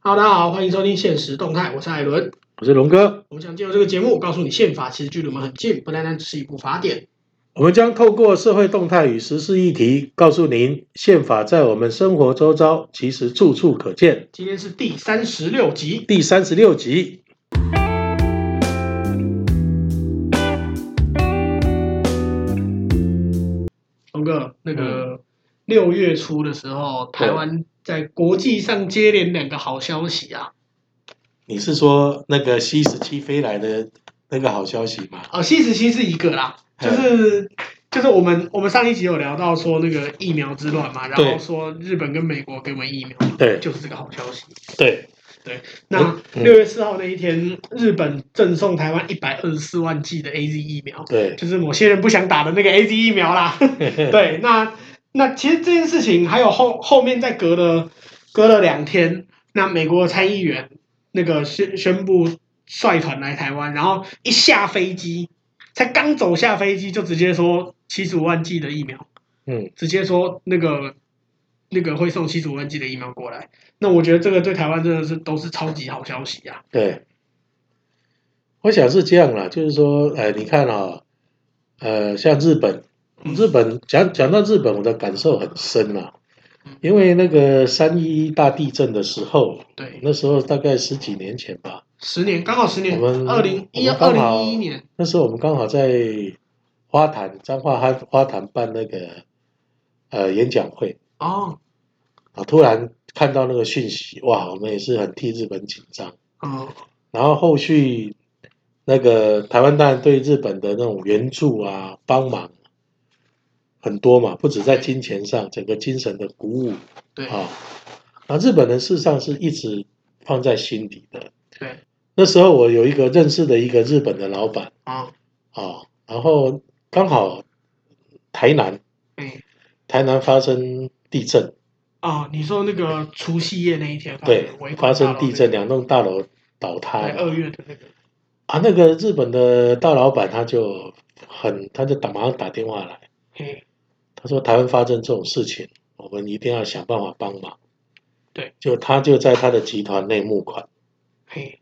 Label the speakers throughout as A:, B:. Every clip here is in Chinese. A: Hello，大家好，欢迎收听《现实动态》，我是艾伦。
B: 我是龙哥。
A: 我们想借由这个节目，告诉你宪法其实距离我们很近，不单单只是一部法典。
B: 我们将透过社会动态与时事议题，告诉您宪法在我们生活周遭其实处处可见。
A: 今天是第三十六集，
B: 第三十六集，
A: 龙哥，那
B: 嗯
A: 个六月初的时候，台湾在国际上接连两个好消息啊，
B: 你是说那个 C 十七飞来的那个好消息吗？
A: 哦，七十七是一个啦，就
B: 嗯
A: 是就是我们我们上一集有聊到说那个疫苗之乱嘛，然后
B: 对
A: 说日本跟美国给我们疫苗，
B: 对
A: 就是这个好消息。
B: 对，
A: 那
B: 嗯
A: 六月四号那一天，日本赠送台湾一百二十四万剂的 A Z 疫苗，
B: 对，
A: 就是某些人不想打的那个 A Z 疫苗啦。
B: 对，
A: 对，那那其实这件事情还有后后面再隔了隔了两天，那美国参议员那个宣宣布率团来台湾，然后一下飞机，才刚走下飞机就直接说七十五万剂的疫苗，
B: 嗯，
A: 直接说那个那个会送七十五万剂的疫苗过来。那我觉得这个对台湾真的是都是超级好消息啊！
B: 对。我想是这样啦，就是说，呃，你看啊、呃，像日本，日本讲讲到日本，我的感受很深啊
A: 嗯，
B: 因为那个三一一大地震的时候，
A: 对，
B: 那时候大概十几年前吧，
A: 十年刚好十年，
B: 我们
A: 二零一
B: 我
A: 二
B: 们刚好
A: 零一一年，
B: 那时候我们刚好在花坛彰化花花坛办那个呃演讲会
A: 哦，
B: 啊，突然看到那个讯息，哇，我们也是很替日本紧张。
A: 嗯，
B: 然后后续那个台湾当然对日本的那种援助啊、帮忙很多嘛，不止在金钱上，整个精神的鼓舞
A: 对
B: 啊，那日本人事实上是一直放在心底的。
A: 对，
B: 那时候我有一个认识的一个日本的老板。
A: 啊，
B: 哦，然后刚好台南
A: 哎。
B: 台南发生地震，
A: 啊，你说那个除夕夜那一天，
B: 对，发生地震，
A: 两
B: 两栋大楼倒塌
A: 对
B: 了
A: 二月的那个，
B: 啊。那个日本的大老板他就很，他就打马上打电话来，
A: 嘿，
B: 他说台湾发生这种事情，我们一定要想办法帮忙。
A: 对，
B: 就他就在他的集团内募款，
A: 嘿，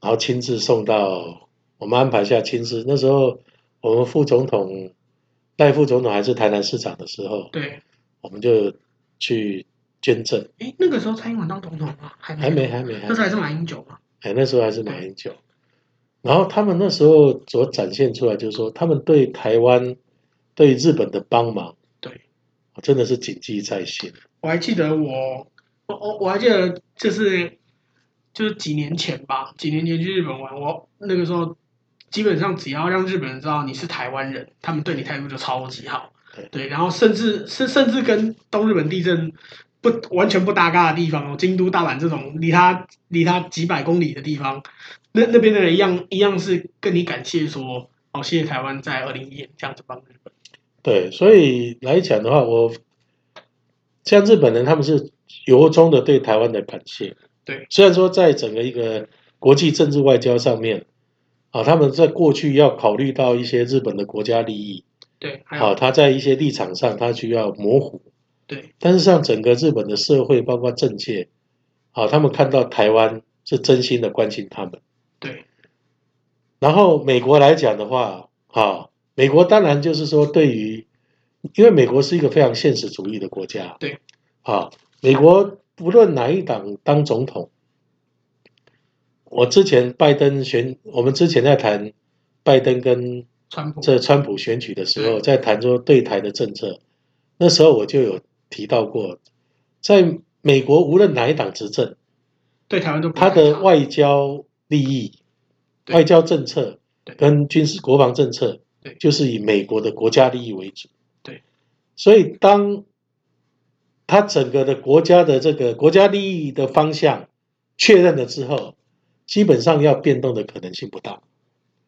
B: 然后亲自送到我们安排下亲自。那时候我们副总统赖副总统还是台南市长的时候，
A: 对，
B: 我们就去捐赠。
A: 哎，那个时候蔡英文当总统吗？还没，
B: 还没，，还没，还
A: 那时候还嗯
B: 没。
A: 是马英九嘛。
B: 哎，那时候还是马英九。然后他们那时候所展现出来，就是说他们对台湾、对日本的帮忙，哦
A: 对，
B: 真的是谨记在心。
A: 我还记得我，我我我还记得就是就是几年前吧，几年前去日本玩，我那个时候基本上只要让日本人知道你是台湾人，他们对你态度就超级好。
B: 对
A: 对，然后甚至甚甚至跟东日本地震不完全不搭嘎的地方哦，京都、大阪这种离他离他几百公里的地方，那那边的人一样一样是跟你感谢说，哦，谢谢台湾在二零一年这样子帮日本。
B: 对，所以来讲的话，我像日本人，他们是由衷的对台湾的感谢。
A: 对，
B: 虽然说在整个一个国际政治外交上面，啊，他们在过去要考虑到一些日本的国家利益，
A: 对，还有、
B: 啊，他在一些立场上他需要模糊。
A: 对
B: 但是像整个日本的社会，包括政界，啊，他们看到台湾是真心的关心他们。
A: 对
B: 然后美国来讲的话，啊，美国当然就是说对于，因为美国是一个非常现实主义的国家，
A: 对，
B: 啊，美国不论哪一党当总统，我之前拜登选，我们之前在谈拜登跟
A: 川普，
B: 这川普选举的时候，在谈说对台的政策，那时候我就有提到过，在美国无论哪一党执政，
A: 对台湾都不
B: 它
A: 太
B: 的
A: 好
B: 外交利益、
A: 对
B: 外交政策
A: 对
B: 跟军事国防政策
A: 对，
B: 就是以美国的国家利益为主。
A: 对，
B: 所以当他整个的国家的这个国家利益的方向确认了之后，基本上要变动的可能性不大。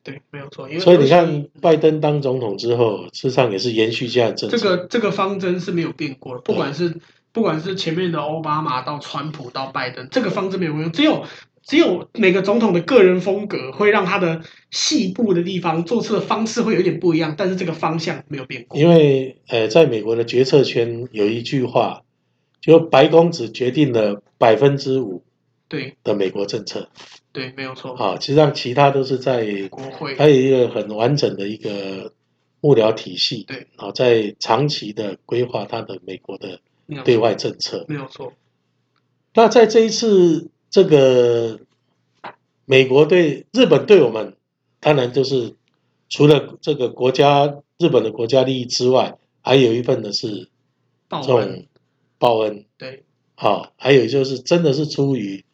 A: 对没有错，因为
B: 所以你看，拜登当总统之后，事实上也是延续这样的政策。
A: 这个这个方针是没有变过的，不管是不管是前面的奥巴马到川普到拜登，这个方针没有变，只有只有每个总统的个人风格会让他的细部的地方做事的方式会有点不一样，但是这个方向没有变过。
B: 因为呃，在美国的决策圈有一句话，就白宫只决定了百分之五，
A: 对
B: 的美国政策
A: 对，没有错，
B: 啊，其实上其他都是在
A: 国会
B: 它有一个很完整的一个幕僚体系，
A: 对，
B: 然后在长期的规划它的美国的
A: 没有
B: 对
A: 错
B: 外政策。
A: 没有错，
B: 那在这一次这个美国对日本对我们，当然就是除了这个国家日本的国家利益之外，还有一份的是
A: 报
B: 这
A: 完
B: 种报恩
A: 对
B: 啊，还有就是真的是出于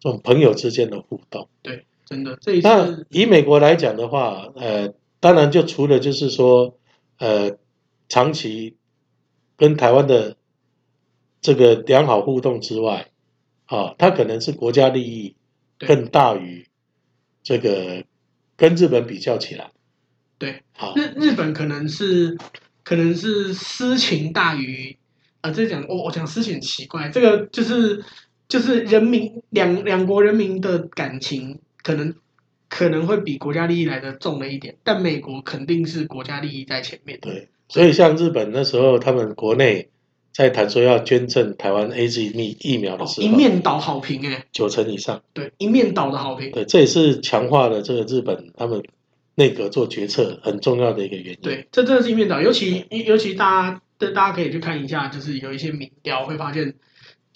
B: 这种朋友之间的互动。
A: 对，真的这一
B: 那
A: 次
B: 以美国来讲的话，呃，当然就除了就是说，呃，长期跟台湾的这个良好互动之外，啊，它可能是国家利益
A: 对
B: 更大于这个跟日本比较起来，
A: 对
B: 好，
A: 日日本可能是可能是私情大于啊、呃，这讲我我讲私情很奇怪，这个就是就是人民两两国人民的感情可能可能会比国家利益来的重了一点，但美国肯定是国家利益在前面。
B: 对，所以像日本那时候他们国内在谈说要捐赠台湾 A Z 疫疫苗的
A: 哦，
B: 时
A: 一
B: 候，
A: 面倒好评哎、
B: 九成以上，
A: 对，一面倒的好评，
B: 对，这也是强化了这个日本他们内阁做决策很重要的一个原因。
A: 对，这真的是一面倒，尤其尤其大家对大家可以去看一下，就是有一些民调会发现，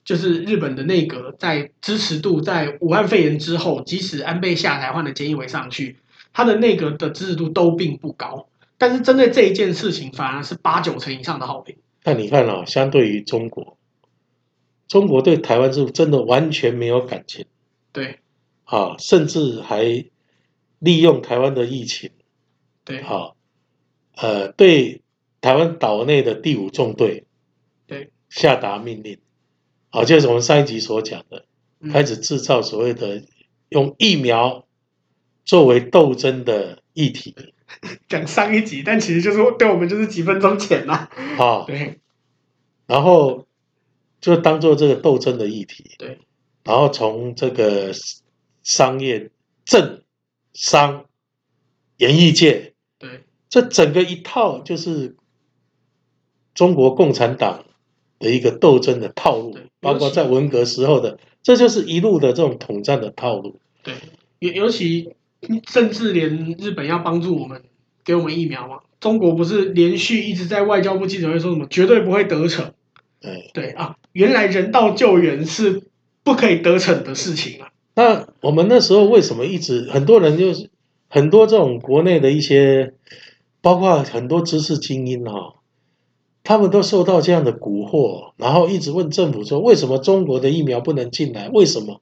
A: 就是日本的内阁在支持度在武汉肺炎之后，即使安倍下台换了菅义伟上去，他的内阁的支持度都并不高，但是针对这一件事情，反而是八九成以上的好评。
B: 但你看啊、相对于中国，中国对台湾是真的完全没有感情
A: 对
B: 啊，甚至还利用台湾的疫情
A: 对
B: 啊，呃，对台湾岛内的第五纵队
A: 对，
B: 下达命令啊，就是我们上一集所讲的，
A: 嗯
B: 开始制造所谓的用疫苗作为斗争的议题
A: 讲上一集，但其实就是对我们就是几分钟前啦、
B: 啊，
A: 对
B: 然后就当做这个斗争的议题。
A: 对
B: 然后从这个商业、政、商、演艺界，
A: 对
B: 这整个一套就是中国共产党的一个斗争的套路
A: 对尤其，
B: 包括在文革时候的，这就是一路的这种统战的套路。
A: 对，尤尤其甚至连日本要帮助我们给我们疫苗嘛，中国不是连续一直在外交部记者会说什么绝对不会得逞？
B: 对，
A: 对啊，原来人道救援是不可以得逞的事情啊。
B: 那我们那时候为什么一直很多人就是很多这种国内的一些，包括很多知识精英哈、哦，他们都受到这样的蛊惑，然后一直问政府说为什么中国的疫苗不能进来？为什么？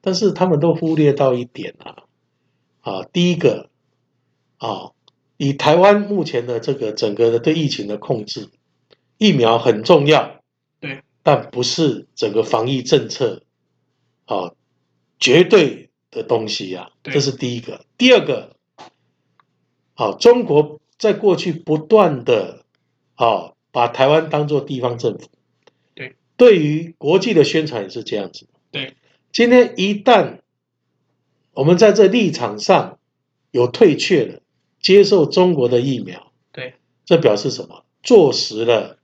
B: 但是他们都忽略到一点啊，啊，第一个啊，以台湾目前的这个整个的对疫情的控制，疫苗很重要，
A: 对，
B: 但不是整个防疫政策啊绝对的东西呀、
A: 对
B: 这是第一个。第二个，啊，中国在过去不断的啊把台湾当做地方政府，
A: 对，
B: 对于国际的宣传也是这样子。
A: 对，
B: 今天一旦我们在这立场上有退却了，接受中国的疫苗，
A: 对
B: 这表示什么？坐实了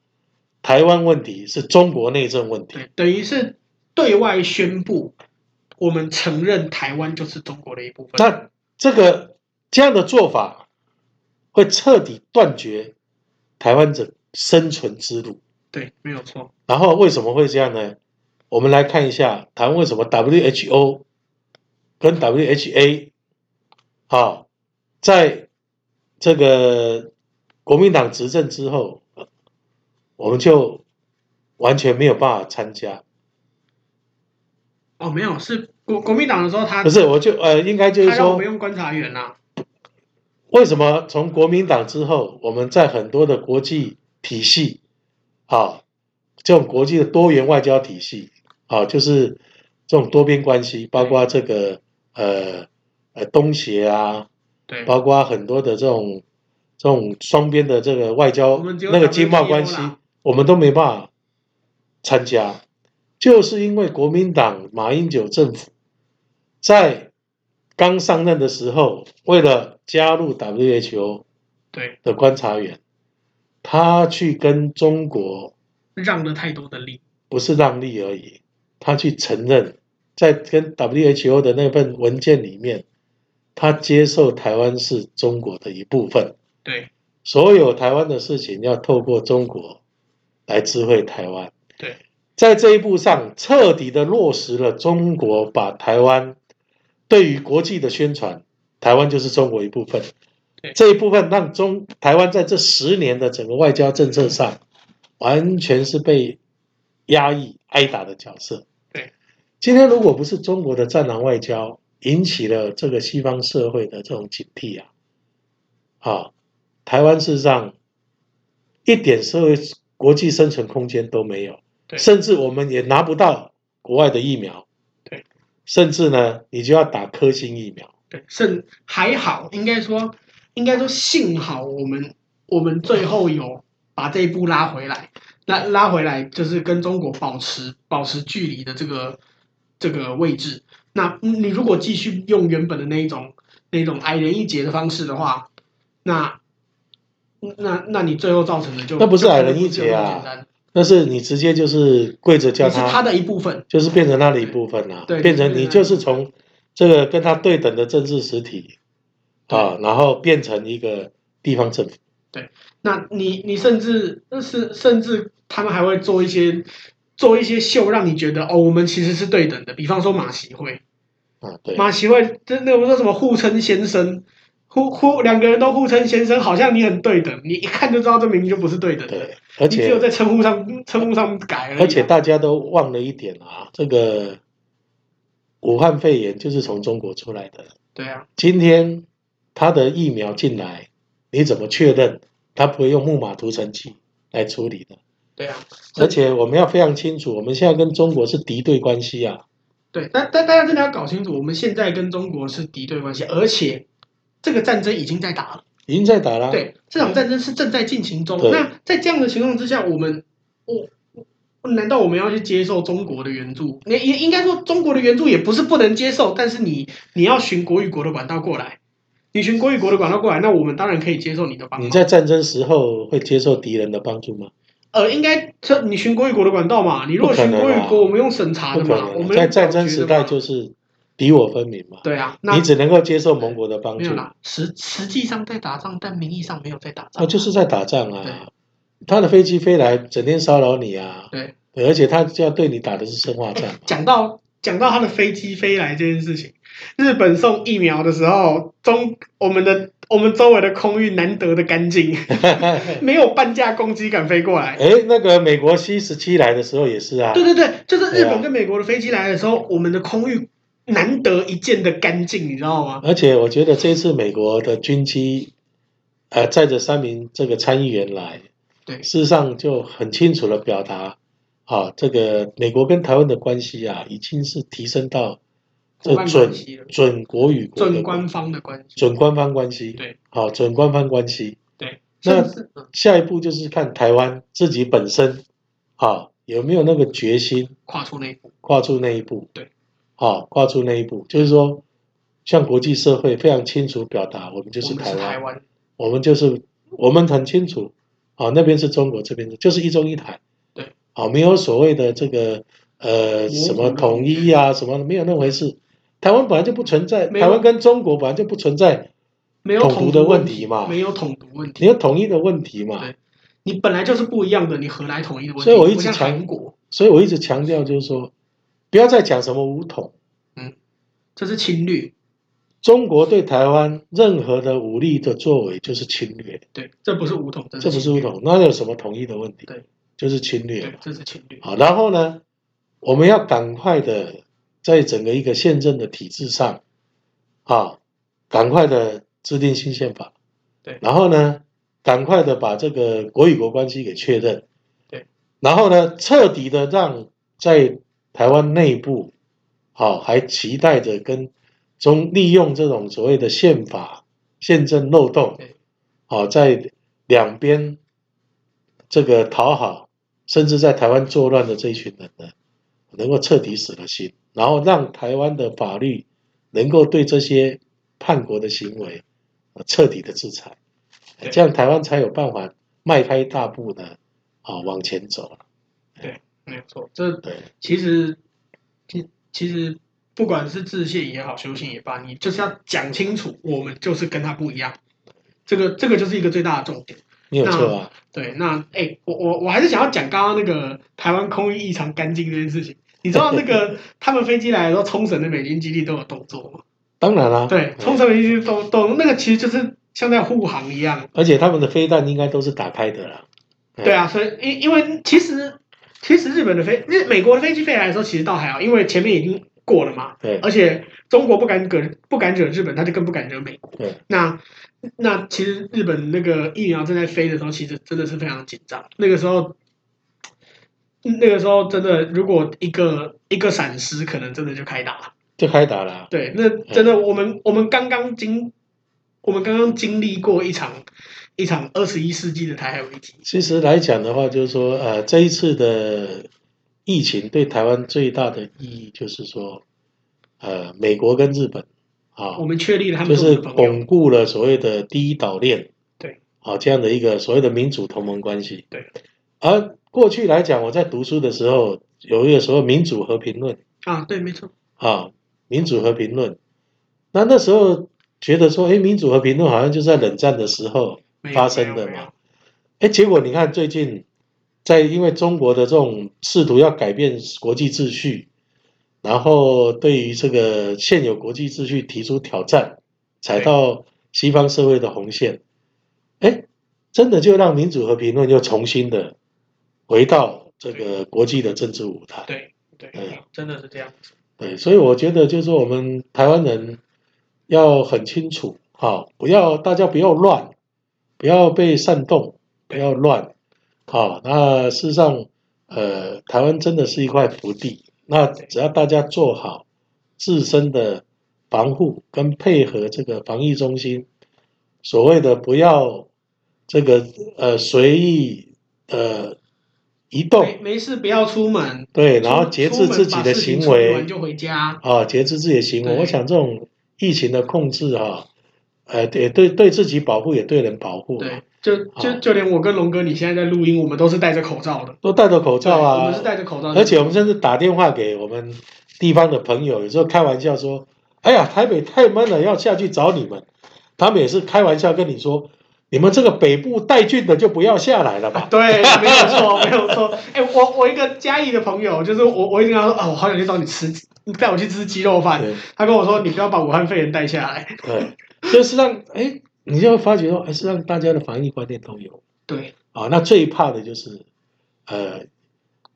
B: 台湾问题是中国内政问题。
A: 对，等于是对外宣布我们承认台湾就是中国的一部分。
B: 那这个这样的做法，会彻底断绝台湾的生存之路。
A: 对，没有错。
B: 然后为什么会这样呢？我们来看一下台湾为什么 WHO 跟 WHA 啊，在这个国民党执政之后，呃我们就完全没有办法参加。
A: 哦，没有，是国国民党的时候他，
B: 不是，我就呃，应该就是
A: 他让我
B: 说
A: 们，用观察员啊。
B: 为什么从国民党之后，我们在很多的国际体系啊，这种国际的多元外交体系啊，就是这种多边关系，包括这个呃呃东协啊，
A: 对，
B: 包括很多的这种这种双边的这个外交
A: 我们只有
B: 那个经贸关系
A: WTO 啦，
B: 我们都没办法参加，就是因为国民党马英九政府在刚上任的时候，为了加入 WHO
A: 对，
B: 的观察员，他去跟中国
A: 让了太多的力。
B: 不是让利而已，他去承认在跟 WHO 的那份文件里面，他接受台湾是中国的一部分，
A: 对
B: 所有台湾的事情要透过中国来知会台湾。
A: 对，
B: 在这一步上，彻底的落实了中国把台湾对于国际的宣传，台湾就是中国一部分
A: 对。
B: 这一部分让中台湾在这十年的整个外交政策上，完全是被压抑、挨打的角色。
A: 对，
B: 今天如果不是中国的战狼外交引起了这个西方社会的这种警惕啊，啊，台湾事实上一点社会国际生存空间都没有，
A: 对
B: 甚至我们也拿不到国外的疫苗，
A: 对，
B: 甚至呢，你就要打科兴疫苗，
A: 对，甚还好，应该说，应该说幸好我们我们最后有把这一步拉回来，拉拉回来就是跟中国保持保持距离的这个这个位置。那嗯你如果继续用原本的那一种那种矮人一截的方式的话，那那那你最后造成的就
B: 那不是
A: 就
B: 矮人一
A: 就
B: 截啊
A: 那么简单
B: 但是你直接就是跪着叫
A: 你是他的一部分。
B: 就是变成他的一部分啦、
A: 对对
B: 变成你
A: 就
B: 就是是
A: 变成他的
B: 从这个跟他对等的政治实体啊，然后变成一个地方政府。
A: 那你你甚至那是甚至他们还会做一些做一些秀，让你觉得哦，我们其实是对等的。比方说马习会，
B: 啊，对，
A: 马习会真的我说什么互称先生，互互两个人都互称先生，好像你很对等，你一看就知道这明明就不是对等的
B: 对，，而
A: 你只有
B: 且
A: 在称呼上称呼上改而已啊、
B: 而且大家都忘了一点啊，这个武汉肺炎就是从中国出来的。
A: 对啊，
B: 今天他的疫苗进来，你怎么确认他不会用木马屠城剂来处理的？
A: 对啊，
B: 而且我们要非常清楚，我们现在跟中国是敌对关系啊。
A: 对，但但大家真的要搞清楚，我们现在跟中国是敌对关系，而且这个战争已经在打了。
B: 已经在打了，
A: 对，这场战争是正在进行中。
B: 哦对
A: 那在这样的情况之下，我们，我，我难道我们要去接受中国的援助？那也应该说，中国的援助也不是不能接受，但是你你要循国与国的管道过来，你循国与国的管道过来，那我们当然可以接受你的帮
B: 你
A: 忙。
B: 在战争时候会接受敌人的帮助吗？
A: 呃，应该这你循国与国的管道嘛？你如果
B: 不可
A: 循
B: 能
A: 国与
B: 啊
A: 国，我们用审查
B: 不
A: 的
B: 可
A: 嘛，我
B: 能
A: 们用
B: 啊，在
A: 表
B: 战争
A: 决
B: 时
A: 的
B: 代
A: 嘛
B: 就是敌我分明嘛，
A: 对啊，那
B: 你只能够接受盟国的帮
A: 没
B: 助
A: 有，啦，实实际上在打仗，但名义上没有在打仗
B: 啊，
A: 啊。
B: 就是在打仗
A: 对
B: 啊，他的飞机飞来，整天骚扰你啊，
A: 对。
B: 而且他就要对你打的是生化战嘛，
A: 讲到讲到他的飞机飞来这件事情，日本送疫苗的时候，中我们的我们周围的空域难得的干净， 没有半架攻击敢飞过来。
B: 哎，那个美国 C 十七来的时候也是啊
A: 对，对对，就是日
B: 对
A: 本
B: 啊
A: 跟美国的飞机来的时候，我们的空域难得一见的干净，你知道吗？
B: 而且我觉得这次美国的军机，呃，载着三名这个参议员来，
A: 对
B: 事实上就很清楚的表达，啊，这个美国跟台湾的关系啊，已经是提升到这
A: 伙伴
B: 准
A: 关系了
B: 准国与国的
A: 准官方的关系，
B: 准官方关系，
A: 对，
B: 好、准官方关系。
A: 对，
B: 那
A: 甚至嗯
B: 下一步就是看台湾自己本身，啊，有没有那个决心
A: 跨出那一步，
B: 跨出那一步，
A: 对，
B: 好、跨出那一步，就是说，向国际社会非常清楚表达，我们就
A: 我
B: 是
A: 们
B: 台
A: 是台
B: 湾，
A: 湾，
B: 我们就是我们很清楚，啊、那边是中国，这边是就是一中一台，
A: 对，
B: 啊、没有所谓的这个呃
A: 模糊
B: 什么统一啊，什么没有那回事，台湾本来就不存在，
A: 没有
B: 台湾跟中国本来就不存在，
A: 没有
B: 统
A: 统
B: 独的
A: 问
B: 问题嘛
A: 没有统独问
B: 你
A: 题，
B: 有统一的问题嘛
A: 对，你本来就是不一样的，你何来统一的问题？
B: 所以我一
A: 不
B: 直
A: 像
B: 强
A: 韩国，
B: 所以我一直强调就是说，不要再讲什么武统。
A: 这是侵略，
B: 中国对台湾任何的武力的作为就是侵略，
A: 对，这不是武统，这
B: 这不
A: 是
B: 是
A: 侵
B: 武
A: 略
B: 统，那有什么统一的问题？
A: 对，
B: 就是侵略
A: 对，。这是侵略。
B: 好，然后呢，我们要赶快的在整个一个宪政的体制上，啊，赶快的制定新宪法。
A: 对
B: 然后呢，赶快的把这个国与国关系给确认。
A: 对，
B: 然后呢，彻底的让在台湾内部，好、还期待着跟中利用这种所谓的宪法宪政漏洞
A: 对，
B: 好、在两边这个讨好，甚至在台湾作乱的这一群人呢，能够彻底死了心，然后让台湾的法律能够对这些叛国的行为呃彻底的制裁，
A: 对
B: 这样台湾才有办法迈开大步呢，啊，往前走了。
A: 没有错，这
B: 对，
A: 其实其其实不管是自信也好，修行也罢，你就是要讲清楚，我们就是跟他不一样。这个这个就是一个最大的重点。
B: 你有错啊？
A: 对，那哎、我我我还是想要讲刚刚那个台湾空域异常干净这件事情。你知道那个他们飞机来的时候，冲绳的美军基地都有动作吗？
B: 当然啦、
A: 对，冲
B: 嗯
A: 绳美军基地都都那个其实就是像在护航一样。
B: 而且他们的飞弹应该都是打开的啦。嗯
A: 对啊，所以因因为其实其实日本的飞日美国的飞机飞来的时候，其实倒还好，因为前面已经过了嘛，
B: 对，
A: 而且中国不敢惹不敢惹日本，他就更不敢惹美国。
B: 对，
A: 那那其实日本那个疫苗正在飞的时候，其实真的是非常紧张。那个时候，那个时候真的，如果一个一个闪失，可能真的就开打了。
B: 就开打啦。
A: 对，那真的，我们我们刚刚经我们刚刚经历过一场一场二十一世纪的台海危机。
B: 其实来讲的话，就是说，呃，这一次的疫情对台湾最大的意义就是说，呃，美国跟日本啊
A: 我，们确立了他
B: 就
A: 们
B: 是
A: 是我们的朋友。
B: 巩固了所谓的第一岛链，
A: 对，
B: 啊，这样的一个所谓的民主同盟关系，
A: 对。
B: 而过去来讲，我在读书的时候有一个所谓民主和平论
A: 啊，对，没错，
B: 啊，民主和平论，那那时候觉得说，哎，民主和平论好像就在冷战的时候
A: 没有
B: 发生的
A: 没有没有
B: 嘛。哎，结果你看最近，在因为中国的这种试图要改变国际秩序，然后对于这个现有国际秩序提出挑战，踩到西方社会的红线，哎，真的就让民主和评论又重新的回到这个国际的政治舞台。
A: 对对
B: 嗯，
A: 真的是这样子。
B: 对，所以我觉得就是说我们台湾人要很清楚，好、不要大家不要乱，不要被煽动，不要乱，好、那事实上，呃，台湾真的是一块福地，那只要大家做好自身的防护跟配合这个防疫中心，所谓的不要这个呃随意呃移动，
A: 没没事，不要出门，
B: 对，然后
A: 出
B: 节
A: 出
B: 制
A: 门
B: 自己
A: 把
B: 的
A: 事情
B: 行
A: 处理
B: 为
A: 完。就回家。
B: 啊，节制自己的行为。
A: 对
B: 我想这种疫情的控制哈、呃，对对对自己保护，也对人保护、啊
A: 对，，就就
B: 好
A: 就连我跟龙哥，你现在在录音，我们都是戴着口罩的。
B: 都戴着口罩
A: 对我们
B: 啊
A: 是，戴着口罩的，
B: 而且我们甚至打电话给我们地方的朋友，有时候开玩笑说：“哎呀，台北太闷了，要下去找你们。”他们也是开玩笑跟你说：“你们这个北部带菌的就不要下来了 吧。
A: 对，没有错， 没有错。哎、我我一个嘉义的朋友，就是我，我一直跟他说，啊，我好想去找你吃，你带我去吃鸡肉饭。
B: 对
A: 他跟我说，你不要把武汉肺炎带下来。
B: 对，就是让哎，你就会发觉说，哎，是让大家的防疫观念都有。
A: 对，
B: 啊，那最怕的就是，呃，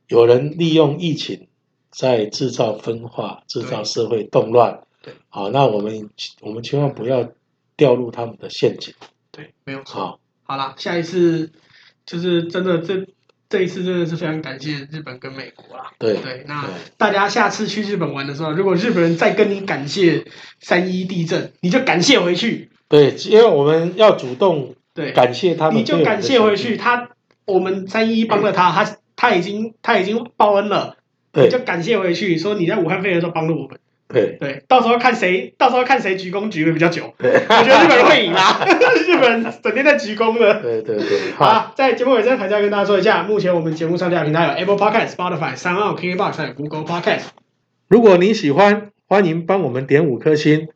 B: 有人利用疫情在制造分化、制造社会动乱
A: 对。
B: 好、那我们我们千万不要掉入他们的陷阱。
A: 对，没有错。
B: 好、
A: 好啦，下一次就是真的这这一次真的是非常感谢日本跟美国啦。
B: 对
A: 对，那大家下次去日本玩的时候，如果日本人再跟你感谢三一地震，你就感谢回去。
B: 对，因为我们要主动
A: 对，
B: 感谢他们，
A: 你就感谢回。去。他我们三一帮了他，他他已经他已经报恩了，你
B: 对
A: 就感谢回去，说你在武汉肺炎的时候帮了我们。
B: 对，
A: 对，到时候看谁，到时候看谁鞠躬鞠的比较 久。我觉得日本人会赢啦， 日本人整天在鞠躬的。
B: 对对 对，
A: 好
B: 好，
A: 啦，在节目尾声还是要跟大家说一下，目前我们节目上架平台有 Apple Podcast、Spotify、三奥 KKBox 还有 Google Podcast。
B: 如果你喜欢，欢迎帮我们点五颗星，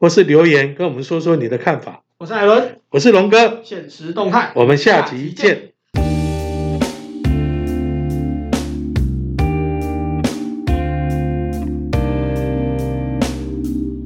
B: 或是留言跟我们说说你的看法。
A: 我是艾伦，
B: 我是龙哥，
A: 现实动态，
B: 我们下集见。